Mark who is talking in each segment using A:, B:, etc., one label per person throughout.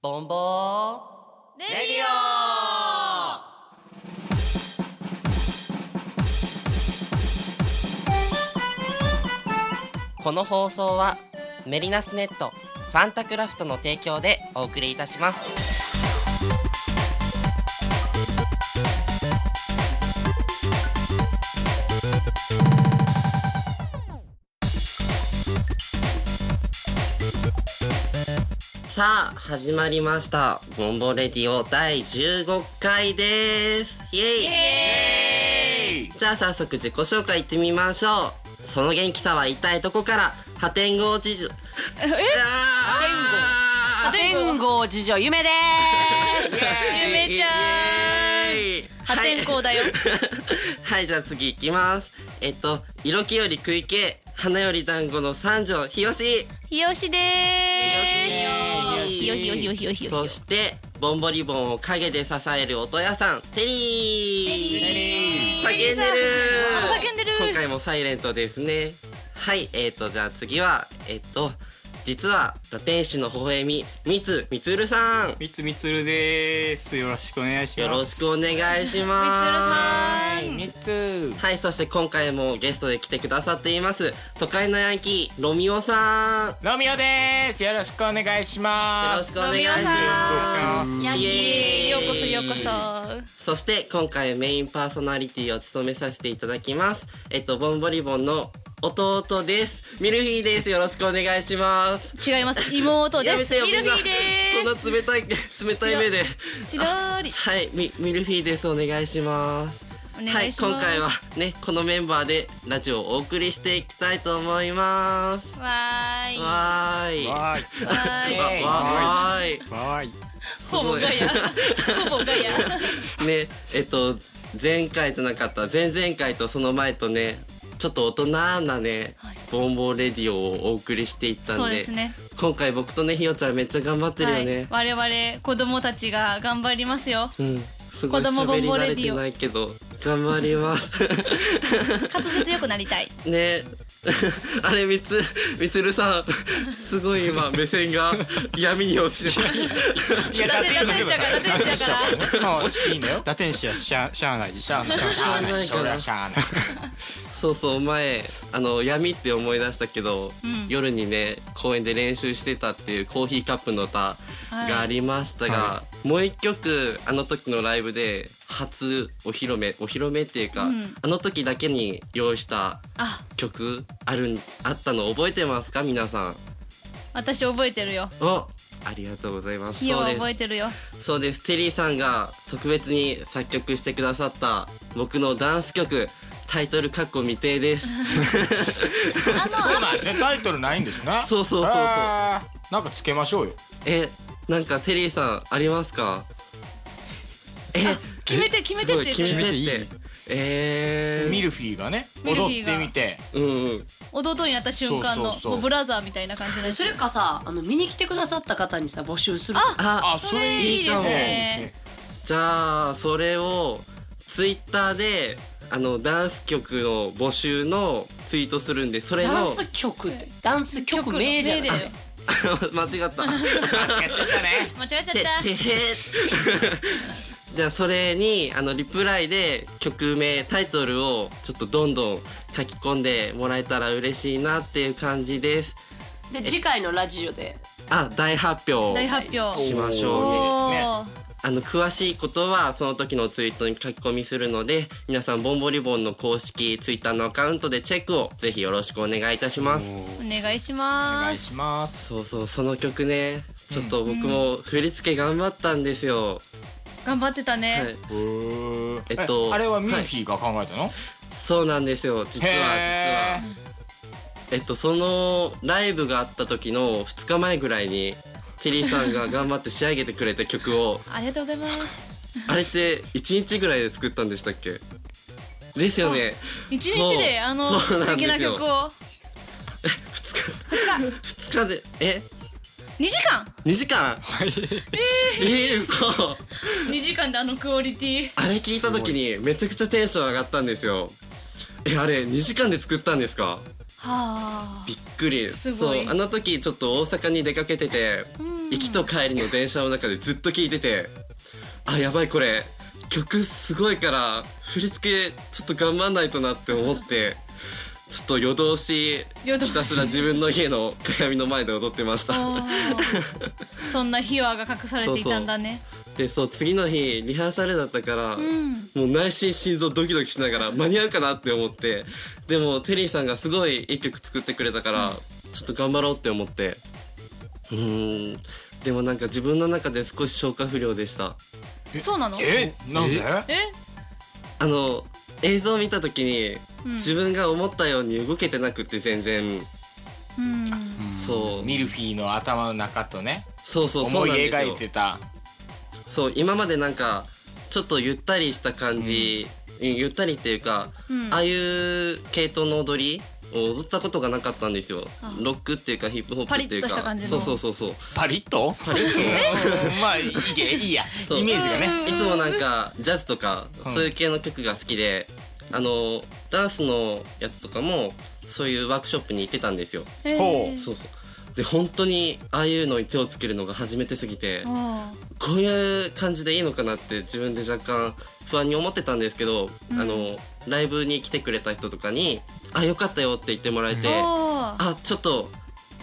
A: ボンボー
B: レ
A: ディこの放送はメリナスネットファンタクラフトの提供でお送りいたしますさあ始まりました「ボンボレディオ」第15回ですイエイじゃあ早速自己紹介いってみましょうその元気さは一体どこから破天荒事情えあー
C: 天狗次女ゆめです。
B: ゆめちゃん
A: イエーイ
B: 破天荒だよ
A: はい、じゃあ次行きます。えっと、色気より食い気、花より団子の三条日吉。
B: ひよしでーす
A: ひ
B: ひ
A: よ
B: よ
A: し
B: ひよひよひよひよ
A: そして、ボンボリボンを陰で支える音屋さん、テリー。
B: テ
A: 叫
B: リー
A: んでる
B: あ叫んでる
A: 今回もサイレントですね。はい、えっと、じゃあ次は、えっと、実は、堕天使の微笑み、三つ、みつるさん。
D: みつみつるです。よろしくお願いします。
A: よろしくお願いします。
D: みつ。
A: はい、そして今回もゲストで来てくださっています、都会のヤンキー、ロミオさん。
D: ロミオです。よろしくお願いし
A: よろ
D: ま
A: し
D: す。
A: くお願いしま
D: ロミオさ
A: す。
D: ん
B: ヤンキ
A: イエーイ
B: ーようこそようこそ
A: そして今回メインパーソナリティを務めさせていただきます。えっとボンボリボンの弟です。ミルフィーです。よろしくお願いします。
B: 違います妹
A: や
B: で
A: め
B: す
A: てよ
B: ミ
A: みん
B: ルフ
A: な
B: ィーでー
A: そんな冷たい冷たい目で。
B: すちらーり
A: はい、ミミルフィーです。お願いします。
B: お願いします
A: はい、今回はねこのメンバーでラジオをお送りしていきたいと思います。
B: わーいわ
A: わーい。
D: わーい。
B: ーい
A: わ
D: ーい
A: わーい。
D: わーい。
B: ほぼガヤほぼガヤ
A: ねえっと前回となかった前々回とその前とねちょっと大人なね、
B: はい
A: ボンボンレディオをお送りしていった
B: そ
A: ん
B: う
A: で
B: ですね
A: 今回僕とねひよちゃんめっちゃ頑張ってるよね、
B: はい我々子供たちが頑張りますよ
A: うんすごい
B: 子供ボ
A: 喋
B: ン
A: り
B: ボン
A: 慣れ
B: レデ
A: て
B: ィオ
A: ないけど頑張ります
B: 滑舌よくなりたい
A: ね あれみつみつるさんすごい今目線が闇に落 ちてる
D: いや
B: だって打点者から打点者から
D: まあ、落ちていいんだよ。打点手はしゃ、しゃあない。しゃあない。し
A: ゃあない
D: そりゃしゃあない。
A: そうそう前あの闇って思い出したけど、
B: うん
A: 夜にね公園で練習してたっていうコーヒーカップの歌
B: はい
A: がありましたが、
D: は
A: もう一曲あの時のライブで初お披露目お披露目っていうか、
B: うん
A: あの時だけに用意した
B: あ
A: 曲あるんあったの覚えてますか皆さん
B: 私覚えてるよ
A: おありがとうございます
B: ひよ
A: そう
B: は
A: です
B: 覚えてるよ
A: そうですテリーさんが特別に作曲してくださった僕のダンス曲タイトル「かっこ未定」です
D: そうなんですね。タイトルないんですね。
A: そうそうそうそう
D: あーなんかつけましょうよ。
A: えなんかテリーさんありますかえ
B: 決めて決めて
A: すごい
B: って
A: 決
B: 言って
A: め
B: る
A: てってえー、
D: ミルフィーがね、
B: ミルフ
D: 踊
B: ィー
D: っ
B: が
D: てみて。
A: うんうん
B: 弟になった瞬間の
D: そうそうそう
B: もうブラザーみたいな感じで
C: それかさ、あの見に来てくださった方にさ募集する。
B: あ
A: あ
D: あ、それ
B: いいです
D: ね
B: ね。
A: じゃあそれをツイッターであのダンス曲の募集のツイートするんでそれ
C: ダン
A: の
C: ス曲って、ダンス曲名じゃない。
B: 曲の名だよ
A: 間違 った
D: やっちゃったね。
B: 間違えちゃ
A: て
B: った
A: てへーじゃあそれにあのリプライで曲名タイトルをちょっとどんどん書き込んでもらえたら嬉しいなっていう感じです
C: で次回のラジオで。
A: あ大発表
B: 大発表
A: しまし
B: お
A: ょうね
B: おー
A: あの詳しいことはその時のツイートに書き込みするので皆さんボンボリボンの公式ツイッターのアカウントでチェックをぜひよろしくお願いいたします
B: お願いし
D: お
B: ま
D: 願い
B: す
D: します。
A: そうそうその曲ねちょっと僕も振り付け頑張ったんですよ、
B: 頑張ってたね、
A: はい、
D: え
A: えっと
D: あれはミルフィーが考えたの？
A: そうなんですよ実は実
D: へ
A: はえっとそのライブがあった時の2日前ぐらいにテリーさんが頑張って仕上げてくれた曲を
B: ありがとうございます
A: あれって1日ぐらいで作ったんでしたっけですよね
B: 一日であの
A: そう
B: 素
A: なんです
B: 敵
A: よ
B: な曲を
A: 2日でえ
B: 2時間
A: 2時間
D: はい。
A: ええ嘘
B: 2時間であのクオリティ
A: あれ聞いた時にめちゃくちゃテンション上がったんですよえあれ2時間で作ったんですか
B: はあ
A: びっくり
B: すごい
A: そうあの時ちょっと大阪に出かけてて
B: うん
A: 行きと帰りの電車の中でずっと聴いててあやばいこれ曲すごいから振り付けちょっと頑張んないとなって思ってちょっと夜通し
B: 夜通し
A: ひたすら自分の家の鏡の前で踊ってました
B: あー そんな秘話が隠されていたんだね
A: でそう次の日リハーサルだったから、
B: うん
A: もう内心心臓ドキドキしながら間に合うかなって思ってでもテリーさんがすごい一曲作ってくれたから、ちょっと頑張ろうって思ってうーんでもなんか自分の中で少し消化不良でした
B: そうなの
D: えなんで
B: え
A: あの映像を見た時に
B: うん
A: 自分が思ったように動けてなくて全然、
B: うん
A: そう
D: ミルフィーの頭の中とね
A: そうそうそ
D: 思
A: う
D: い
A: なんです
D: 描い
A: よ
D: てた
A: そう今までなんかちょっとゆったりした感じ、うんゆったりっていうか
B: うん
A: ああいう系統の踊りを踊ったことがなかったんですよ
B: あ
A: ロックっていうかヒップホップっていうか
B: パリッとした感じの
A: そうそうそうそう
D: パリッと
A: パリッと
D: うんまあいいけいいや
A: そう
D: イメージがね
A: いつもなんかジャズとか
D: うん
A: そういう系の曲が好きで、あのダンスのやつとかもそういうワークショップに行ってたんですよ
B: えー
D: ほ
A: そうそうで本当にああいうのに手をつけるのが初めてすぎて
B: あ
A: こういう感じでいいのかなって自分で若干不安に思ってたんですけど、
B: うん
A: あのライブに来てくれた人とかに「あよかったよ」って言ってもらえて、
D: う
B: ー
A: あちょっと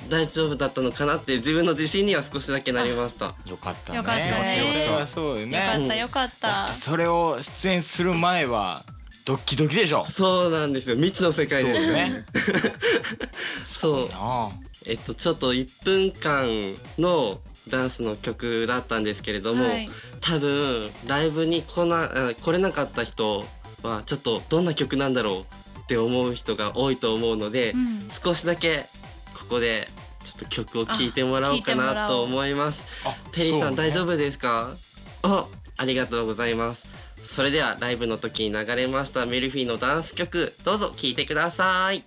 A: 大丈夫だったのかなって自分の自信には少しだけなりました
D: よかったね
B: よかった
A: ね
D: それはそうよ
B: よか
D: ね
B: ったよかっ
D: だったてそれを出演する前はドッキドキでしょ
A: そうなんですよ未知の世界です
D: そうね
A: そう
D: あ
A: えっとちょっと1分間のダンスの曲だったんですけれども、
B: はい
A: 多分ライブに来なあ来れなかった人はちょっとどんな曲なんだろうって思う人が多いと思うので、
B: うん
A: 少しだけここでちょっと曲を聴いてもらおうか
B: あ聴いても
A: な
B: らお
A: と
B: う
A: 思います。
D: あ
A: テリーさん、大丈
D: 夫
A: 夫ですかあありがとうございます。それではライブの時に流れましたメルフィーのダンス曲どうぞ聴いてください。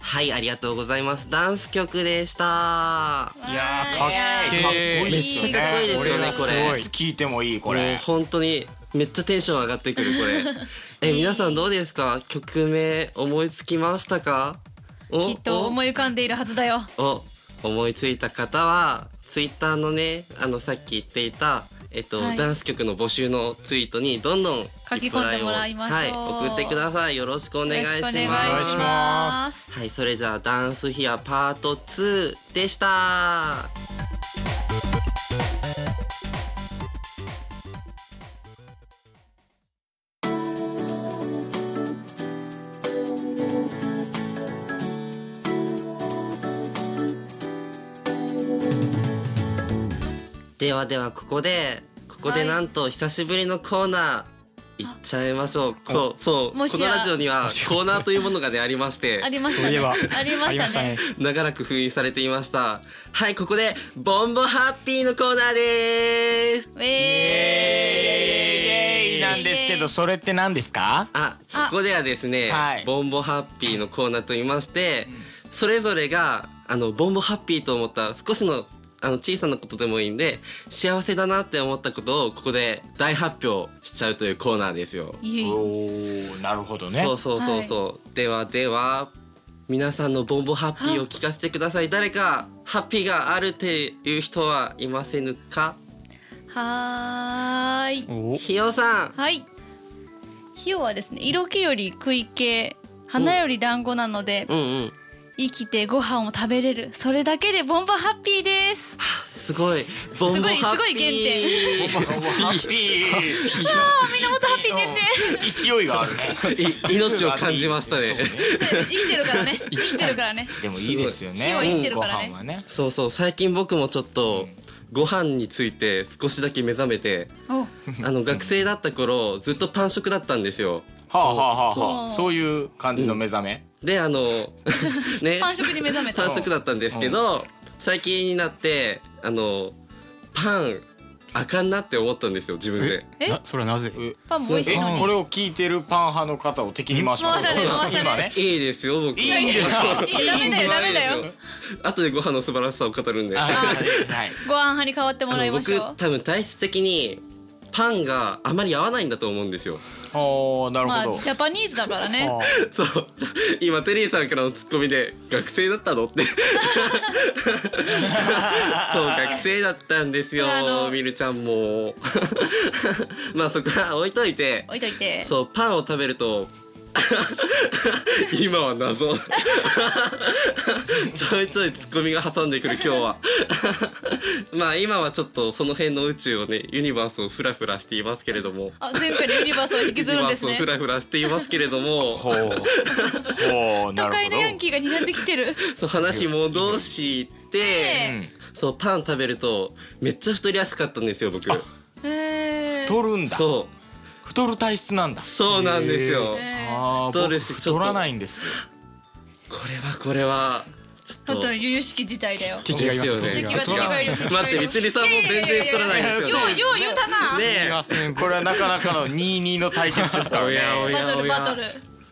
A: はい、ありがとうございます。ダンス曲でした。
D: いやーかっけー
B: かっ
D: こいい
A: めっちゃかっこいいですよね
D: 俺はすごい
A: これ
D: 聞いてもいいこ
A: もう
D: れ
A: 本当にめっちゃテンション上がってくるこれ え皆さんどうですか曲名思いつきましたかお
B: きっと思い浮かんでいるはずだよ
A: おお思いついた方はツイッターのねあのさっき言っていたえっと、
B: はい
A: ダンス曲の募集のツイートにどんどん
B: 書き込んでもらいましょう
A: リプライをはい、送ってくださいよろしくお願いします
B: よろくお
D: 願いします
A: はいそれじゃあダンスヒアパート2でしたではではここでここで
B: はい
A: なんと久しぶりのコーナーいっちゃいましょうこうそう
B: も
A: こ
B: し
A: の
B: や
A: ラジオにはコーナーというものがねありま して
B: ありましたねありましたね
A: 長らく封印されていましたはいここでボンボハッピーのコーナーです
B: ウェーイ
D: えーなんですけどそれって何ですか
A: あ
B: あ
A: ここではですね、
D: はい
A: ボンボハッピーのコーナーと言いまして、それぞれがあのボンボハッピーと思った少しのあの小さなことでもいいんで幸せだなって思ったことをここで大発表しちゃうというコーナーですよ。
B: イエイ
D: おーなるほどね
A: そうそうそうそう、ではでは皆さんのボンボハッピーを聞かせてください誰かハッピーがあるっていう人はいませんか
B: はーい
D: お
A: ひよさん
B: はいひよはですね色気より食い系花より団子なので
A: うんうん
B: 生きてご飯を食べれるそれだけでボンバハッピーです
A: 素すごいボンボハ
B: すご
A: ッ
B: い
A: ピ
B: 原
A: ー
D: ハッピー。
B: み んなもっとハッピーって言って
D: 勢いがあるね。
A: い命を感じましたね
D: そうね
B: 生きてるか らね生きてるからね
D: でもいいですよね。
B: すごい火を入れてるからね
D: ご飯はね。
A: そうそう最近僕もちょっとご飯について少しだけ目覚めて
B: お
A: あの学生だった頃ずっとパン食だったんですよ
D: はあはあはあはあ。
B: そう
D: そういう感じの目覚め。
A: であの ね
B: パン食に目覚めた
A: パン食だったんですけど最近になってあのパンあかんなって思ったんですよ自分で
B: え
E: なそれはなぜ
D: え
B: パンも美味しいの
D: え
B: に
D: これを聞いてるパン派の方を敵に回しました。
B: うん回される
D: 今ね。
A: いいですよ僕
D: いいんです か。
B: いやダメだよダメだよ
A: 後でご飯の素晴らしさを語るんで
D: はいはい。
B: ご飯派に変わってもらいまし
A: 僕
B: ょう
A: 多分体質的にパンがあまり合わないんだと思うんですよ
D: おおなる
B: まあ
D: ほど。
B: ジャパニーズだからね
E: あ
A: そう じゃ今テリーさんからのツッコミで「学生だったの?」って そう学生だったんですよ
B: あの
A: みるちゃんも まあそこは置いといて
B: 置いといて
A: そうパンを食べると 今は謎 ちょいちょいツッコミが挟んでくる今日は まあ今はちょっとその辺の宇宙をねユニバースをフラフラしていますけれども
B: あ前回のユニバースを引き
A: ユ
B: ず
A: ニ
B: るん
A: バ
B: で
A: ー
B: す
A: スを
B: ね
A: フラフラしていますけれども
D: ほう。ほうな
B: 都
D: る
B: 会のヤン
D: ほ
B: キーが睨んできてる
A: そう話戻して、
D: ど。う
B: え
D: ん。
A: そうパン食べるとめっちゃ太りやすかったんですよ僕
D: あ
B: へー
D: 太るんだ。
A: そ
D: 太る体質なんだ
A: う。そうなんですよ、
B: へー
D: ああ
A: 太
D: 僕
A: るしちょっと
D: 太らないんですよ。
A: これはこれはちょ
B: 本
A: っ
B: 当
A: と
B: に由々しき事態だよ
E: 敵がいます
A: ですよね
E: 敵が
B: 敵が敵がいる敵が
A: 待っ
B: い
A: て
B: る
A: みつりさんも全然太らないんですよ
B: よう
A: ね
B: よう言うたな
A: ねえ
E: いません
D: これはなかなかの22の対決ですから
A: おやお
D: ね。
B: バトルバトル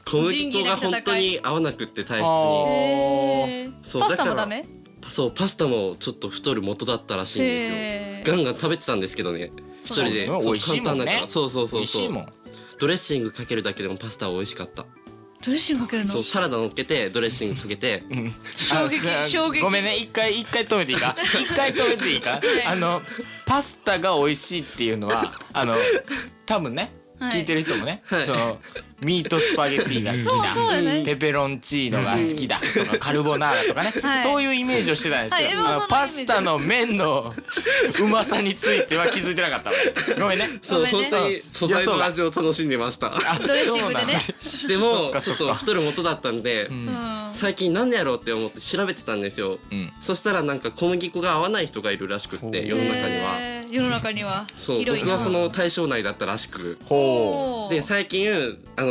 A: 小麦粉が本当に合わなくって体質に
B: へー
A: そう
B: パス
A: だ
B: タ
A: から
B: もダメ
A: そうパスタもちょっと太る元だったらしいんですよ
B: へ
A: ガンガン食べてたんですけどね一
B: そう
A: 人で
D: そ
A: そ
D: う
A: う
D: 美味しいもんね
A: 簡単だからそうそう
D: 美
A: そう
D: 味
A: そ
D: しいうもん。
A: ドレッシングかけるだけでもパスタは美味しかった
B: ドレッシングかけるの
A: そうサラダ乗っけてドレッシングかけて
B: 衝
D: あ
B: 撃
D: す
B: 衝撃
D: ごめんね一回一回止めてい いか一回止めていいかあのパスタが美味しいっていう のはあの多分ね
B: はい
D: 聞いてる人もね、
A: はい
D: そのミートスパゲティが好きだ
B: そうそうだね
D: ペペロンチーノが好きだと かカルボナーラとかね、
B: はい
D: そういうイメージをしてたんですけど、
B: はい
D: あの
B: はい
D: パスタの麺のうまさについては気づいてなかったわごめんね
A: そう
B: ごめ
A: 本
B: んね
A: 当に素材の味を楽しんでました
D: あ
B: ドレッシングでね
A: で
D: そっ
A: も
D: か
A: ち
D: そ
A: ょ
D: っ
A: っ
D: か
A: と太る元だったんで
B: うん
A: 最近なんでやろうって思って調べてたんですよ
D: うん
A: そしたらなんか小麦粉が合わない人がいるらしくっ
E: ほう
A: て世の中には
B: へー世の中には
A: そう
B: 広い
A: 僕
B: な
A: はその対象内だったらしく
B: お
D: ほ
B: ー
A: で最近あの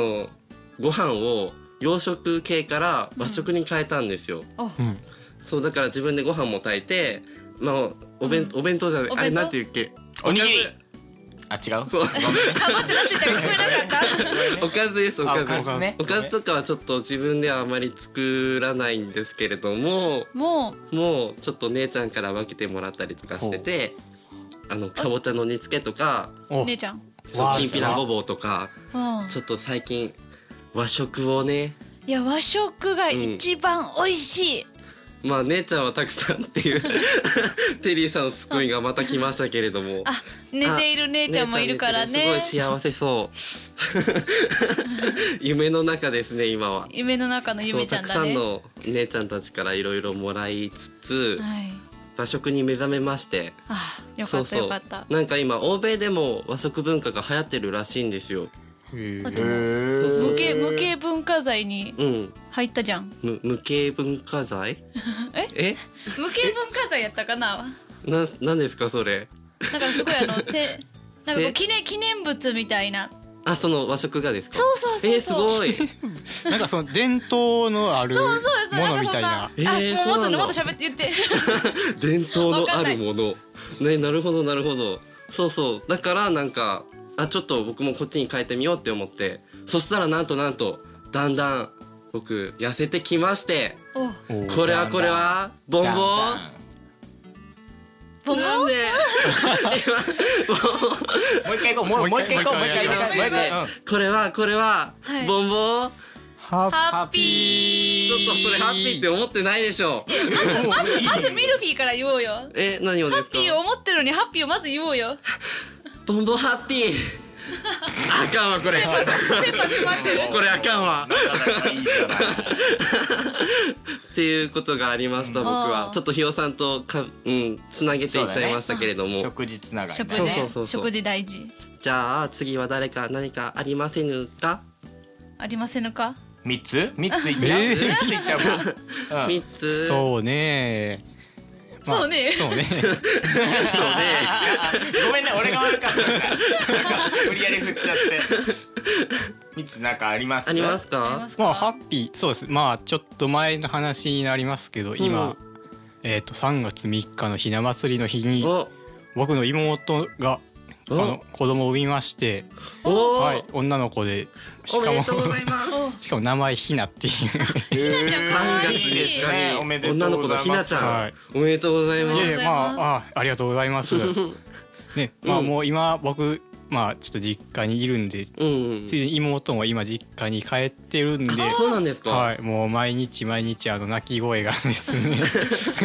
A: ご飯を洋食系から和食に変えたんですよ
B: あ
E: うん
A: そうだから自分でご飯も炊いてまあお弁お弁当じゃない
B: お弁当
A: あれなんていうっけ
D: おにぎり
A: おか
D: うあ違う
A: ずそう
B: なんて言ったか聞こえなかった
A: おかずですお
D: あ
A: か
D: お
A: ず
D: かずね
A: おかずとかはちょっと自分ではあまり作らないんですけれども
B: も
A: もうちょっと姉ちゃんから分けてもらったりとかしててあのかぼちゃの煮付けとか
B: う
E: お
B: 姉ちゃん
A: そうきんぴらご
E: ぼ
A: ぼうとか
B: うん
A: ちょっと最近和食をね
B: いや和食が一番美味しい
A: まあ姉ちゃんはたくさんって いうテリーさんのツッコミがまた来ましたけれども
B: あ寝ている姉ちゃんもいるから
A: 姉ちゃん寝て
B: ね
A: るすごい幸せそう 夢の中ですね今は
B: 夢の中の
A: そう
B: 夢ちゃ
A: た
B: ん
A: く
B: だ
A: さん
B: ね
A: の姉ちゃんたちからいろいろもらいつつ
B: はい
A: 和食に目覚めまして
B: あよ
A: そ
B: か
A: う
B: った
A: そう
B: よかった
A: なんか今欧米でも和食文化が流行ってるらしいんですよ
D: へー
A: そうそう
B: 無形無形文化財に
A: うん
B: 入ったじゃん
A: む無形文化 財え
B: 無形文化財やったかななんか
A: えななんですかそれ
B: すごいあのてなんかこう
A: て
B: 記念記念物みたいな
A: あその和食がですか
B: そうそうそうそう
A: えーすごい
E: なんかその伝統のある
B: そうそうそう
E: ものみたい
B: なん
E: な
B: か
A: え
B: そん
A: ー
B: なあもうも
A: そうなんだ
B: っともっと喋って言って
A: 伝統のあるものねなるほどなるほどそうそうだからなんかあちょっと僕もこっちに変えてみようって思ってそしたらなんとなんとだんだん僕痩せてきまして
B: お
E: おー
A: これはこれはボンボ
D: だんだん
B: ボンボ
A: なんで
D: もう一回行こう。もうもう一回行こう。もう一回行こう。もう一回。うん
A: これはこれは、
B: はい
A: ボンボン
E: ハッ
B: ハッピ
A: ちょっとそれハッピーって思ってないでしょ
B: ーまずまずミルフィーから言おうよハ
A: え何をです
B: ッ
A: か
B: ピーを思ってるのにハッピーをまず言おうよ
A: ボンボンハッピーあかんわこれこれあかんわ
D: なかなかいいじゃない
A: っていうことがありました、僕
B: あ
A: は
B: ー
A: ちょっとひよさんとかうんつなげていっちゃいましたけれども、
D: 食事つながり
B: 食
D: ね
A: そ
B: 事
A: う
B: ね
A: そうそうそう
B: 食事大事
A: じゃあ次は誰か何かありませぬか、
B: ありませんか
D: 三つ三ついっちゃう
E: えー
D: 三ついっちゃうかうん
A: 三つ
E: そうね。まあ
B: そうね
E: そうね。
A: そうで
D: ごめんね俺が悪かったんだなんか無理やり振っちゃって三つなんかあります
A: あります
B: あり
A: か
B: ますか
E: まあハッピーそうです。まあちょっと前の話になりますけど、
A: う
E: 今
A: ん。
E: えっと3月3日のひな祭りの日に
A: お
E: 僕の妹があ
A: お
E: の子供を産みまして、
A: おお、
E: はい、女の子でし
A: お
E: か
A: めで
E: も
A: とうございます
B: お
E: しかも名前ひなっていう
D: ひな
B: ちゃんか
A: 3
B: わ
A: 月
B: いい
A: 3日に
D: おめでとうござ
A: 女
D: い
A: の子のひ
D: ます
A: なちゃん、
E: はい
A: おめでとうございま
B: り
A: す
B: がとうございます
E: いえいえまああありがとうございますねまあもう今僕まあちょっと実家にいるんで
A: うんうん
E: ついでに妹も今実家に帰ってるんで
A: そうなんですか、
E: はいもう毎日毎日あの泣き声がですね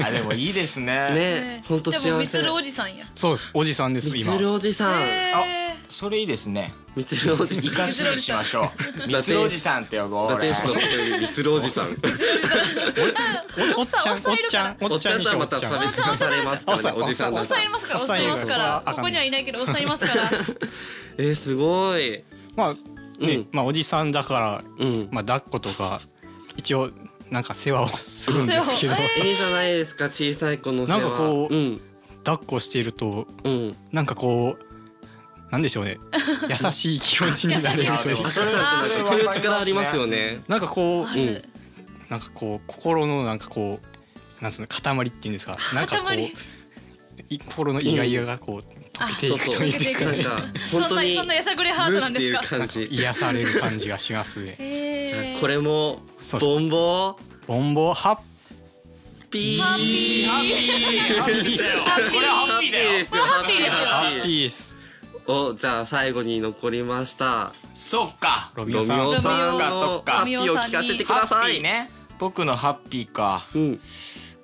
D: あでもいいですね
A: ね本当
B: じゃあ
A: 幸
B: もうみ
A: せ
B: つるおじさんや
E: そうですおじさんです
A: み
E: 今
A: つるおじさん
B: へ
D: それいいですね
A: みつるおじさん
D: イカシにしましょう三つおじさんって呼ぼう
A: 伊達市の
D: 俺
A: ホテルにみつるおじさん
B: ー
E: おっちゃんおっちゃん
A: お
E: お
A: っ
E: っ
A: ち
E: ち
A: ゃ
E: ゃん
A: ん
E: に
A: と
E: し
A: は
E: ようお
A: また差
E: っちゃん
A: 別化されますからねお
E: お
A: じ
E: っ
A: さ
E: さ
A: ん
E: ん
A: だ
B: お
A: っ
B: ったさん
A: ら
B: いますからお
E: お
B: っさ
E: っ
B: んいまかこ
E: さんいますすからら
B: こにはいないけどおっさんいますから
A: えー、すごい
E: まあね、
A: うん
E: まあおじさんだから
A: うん
E: まあ抱っことか一応なんか世話をするんですけど
B: 世話をえ
A: いいじゃないですか小さい子の世話
E: なんかこう
A: うん
E: 抱っこしていると
A: うん
E: なんかこうなんでしょうね優しい気持ちになれるとい
D: 優
E: う
D: しい気持
E: か
D: ち
A: 赤ちゃんってなんかそういう力ありますよね
E: なんかこ
B: あ
E: う
B: る
E: なんかこう心のなんかこうなんつうの塊っていうんですかなんかこう
B: 塊
E: い心のイガイガがこう溶けていくというんですか
A: なん
E: ね
A: か
B: そん
A: 本当
B: な
A: に
B: そんなやさぐれハートなんですか
A: グーっていう感じ
E: 癒される感じがしますね
A: じゃ
B: へ
A: あこれも
E: そうそう
A: ボンボ
E: ボンボハッ
A: ーピー
D: ハッピーだよこれはハッピーだよ
A: すよハッピーですよ
E: ハッピース
A: おじゃあ最後に残りました
D: そっか
E: ロ
A: ロ
E: ミ
A: ミ
E: オ
A: オ
E: さ
A: さ
E: ん
A: んの
D: そっか
A: ハッピーを聞かせてく
D: ハ
A: ださ
D: ッピー
A: い
D: ね僕のハッピーか
A: うん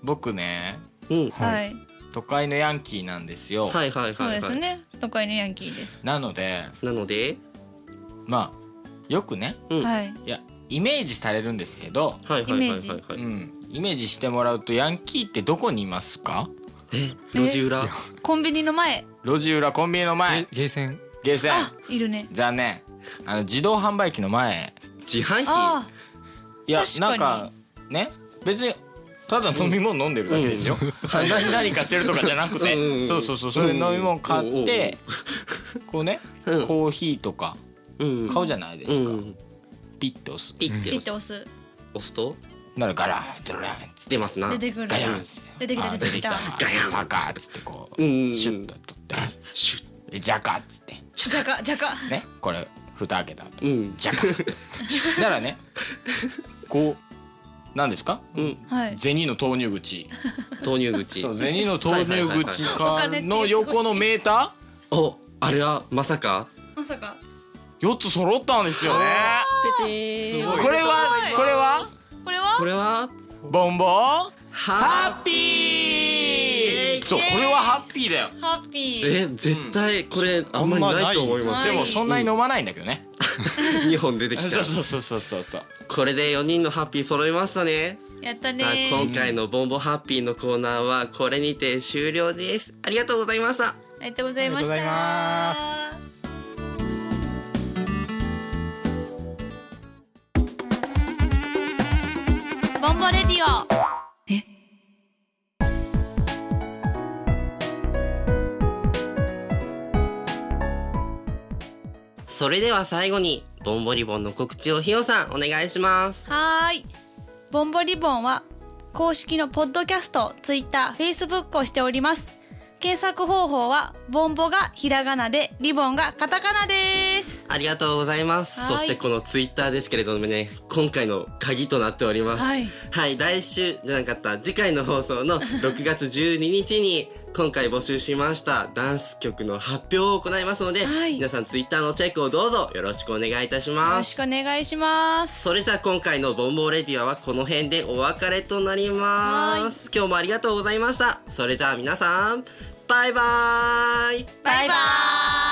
D: 僕ね
A: うん
E: は
B: はい
D: 都会のヤンキーなんですよ、
A: はいはい
B: そう
A: はい
B: です
A: はい
B: ね都会のヤンキーです
D: なので
A: なので
D: まあよくね
A: うんはい
B: はい
D: いやイメージされるんですけど、
A: はいはいはいはいは
D: う
A: い
D: ん、イメージしてもらうとヤンキーってどこにいますか
A: え路地裏
B: コンビニの前
D: 路地裏コンビニの前
E: ゲーセン
D: ゲーセン
B: あいるね
D: 残念あの自動販売機の前
A: 自販機
B: あ
D: いや
B: 確か
D: なん
B: に
D: かね別にただ飲み物飲んでるだけですよ、 何何かしてるとかじゃなくて、
A: うんうんうん
D: そうそうそうそれで飲み物買って、こうね、
A: うん
D: コーヒーとか
A: うん
D: 買うじゃないです
A: う
D: か、
A: ん
D: ピッと押す
A: ピッ
B: ー
A: て
B: ピッ
A: 押
B: て押す
A: すと
D: ならガランドランつって
A: 出ますな
B: 出てくる
D: ガヤンつっ
B: 出てきた
D: あー
B: 出てきた
A: ガヤン
D: パカーっつってこう、
A: うん
D: シュッと取ってシュッでジャカーっつって
B: じゃかじゃか
D: ねこれ蓋開けた後
A: うん
D: ジャカ ーならねこうなんですか
A: うん
B: はい
D: 銭の投入口
A: 投入口
D: そう銭の投入口
B: はいはいはいはい
D: か
B: お金って言っ
D: の
B: てほしい
D: 横のメーター
A: おあれはまさか
B: まさか
D: 四つ揃ったんですよね
A: ててー
D: これはこれは
B: これは
A: これは
D: ボンボンハ
A: ハ
D: ッピーそうこれはハッピーだよ
B: ハッピー
A: え絶対これあんまりないと思います
D: で
A: よ
D: もそんなに飲まないんだけどね
A: 2本出てきち
D: そ
A: ゃ
D: う
A: う
D: そうそうそうそうそう
A: これで4人のハッピー揃いましたね
B: やった
A: じゃあ
B: ね
A: 今回のボンボハッピーのコーナーはこれにて終了ですありがとうございました
B: ありがとうございました
E: ありがとうござ
B: ボンボレディオ
A: それでは最後にボンボリボンの告知をひよさんお願いします
B: はーい。ボンボリボンは公式のポッドキャスト、ツイッター、フェイスブックをしております。検索方法はボンボがひらがなでリボンがカタカナです。
A: ありがとうございます
B: はい
A: そしてこのツイッターですけれどもね今回の鍵となっております
B: はい
A: はい、来週じゃなかった次回の放送 の6月12日に今回募集しましたダンス曲の発表を行いますので、
B: はい
A: 皆さんツイッターのチェックをどうぞよろしくお願いいたし
B: よ
A: ま
B: ろ
A: す
B: しくお願いします。
A: それじゃあ今回のボンボーレディアはこの辺でお別れとなります今日もありがとうございましたそれじゃあ皆さんバイバイ
B: バイバーイ。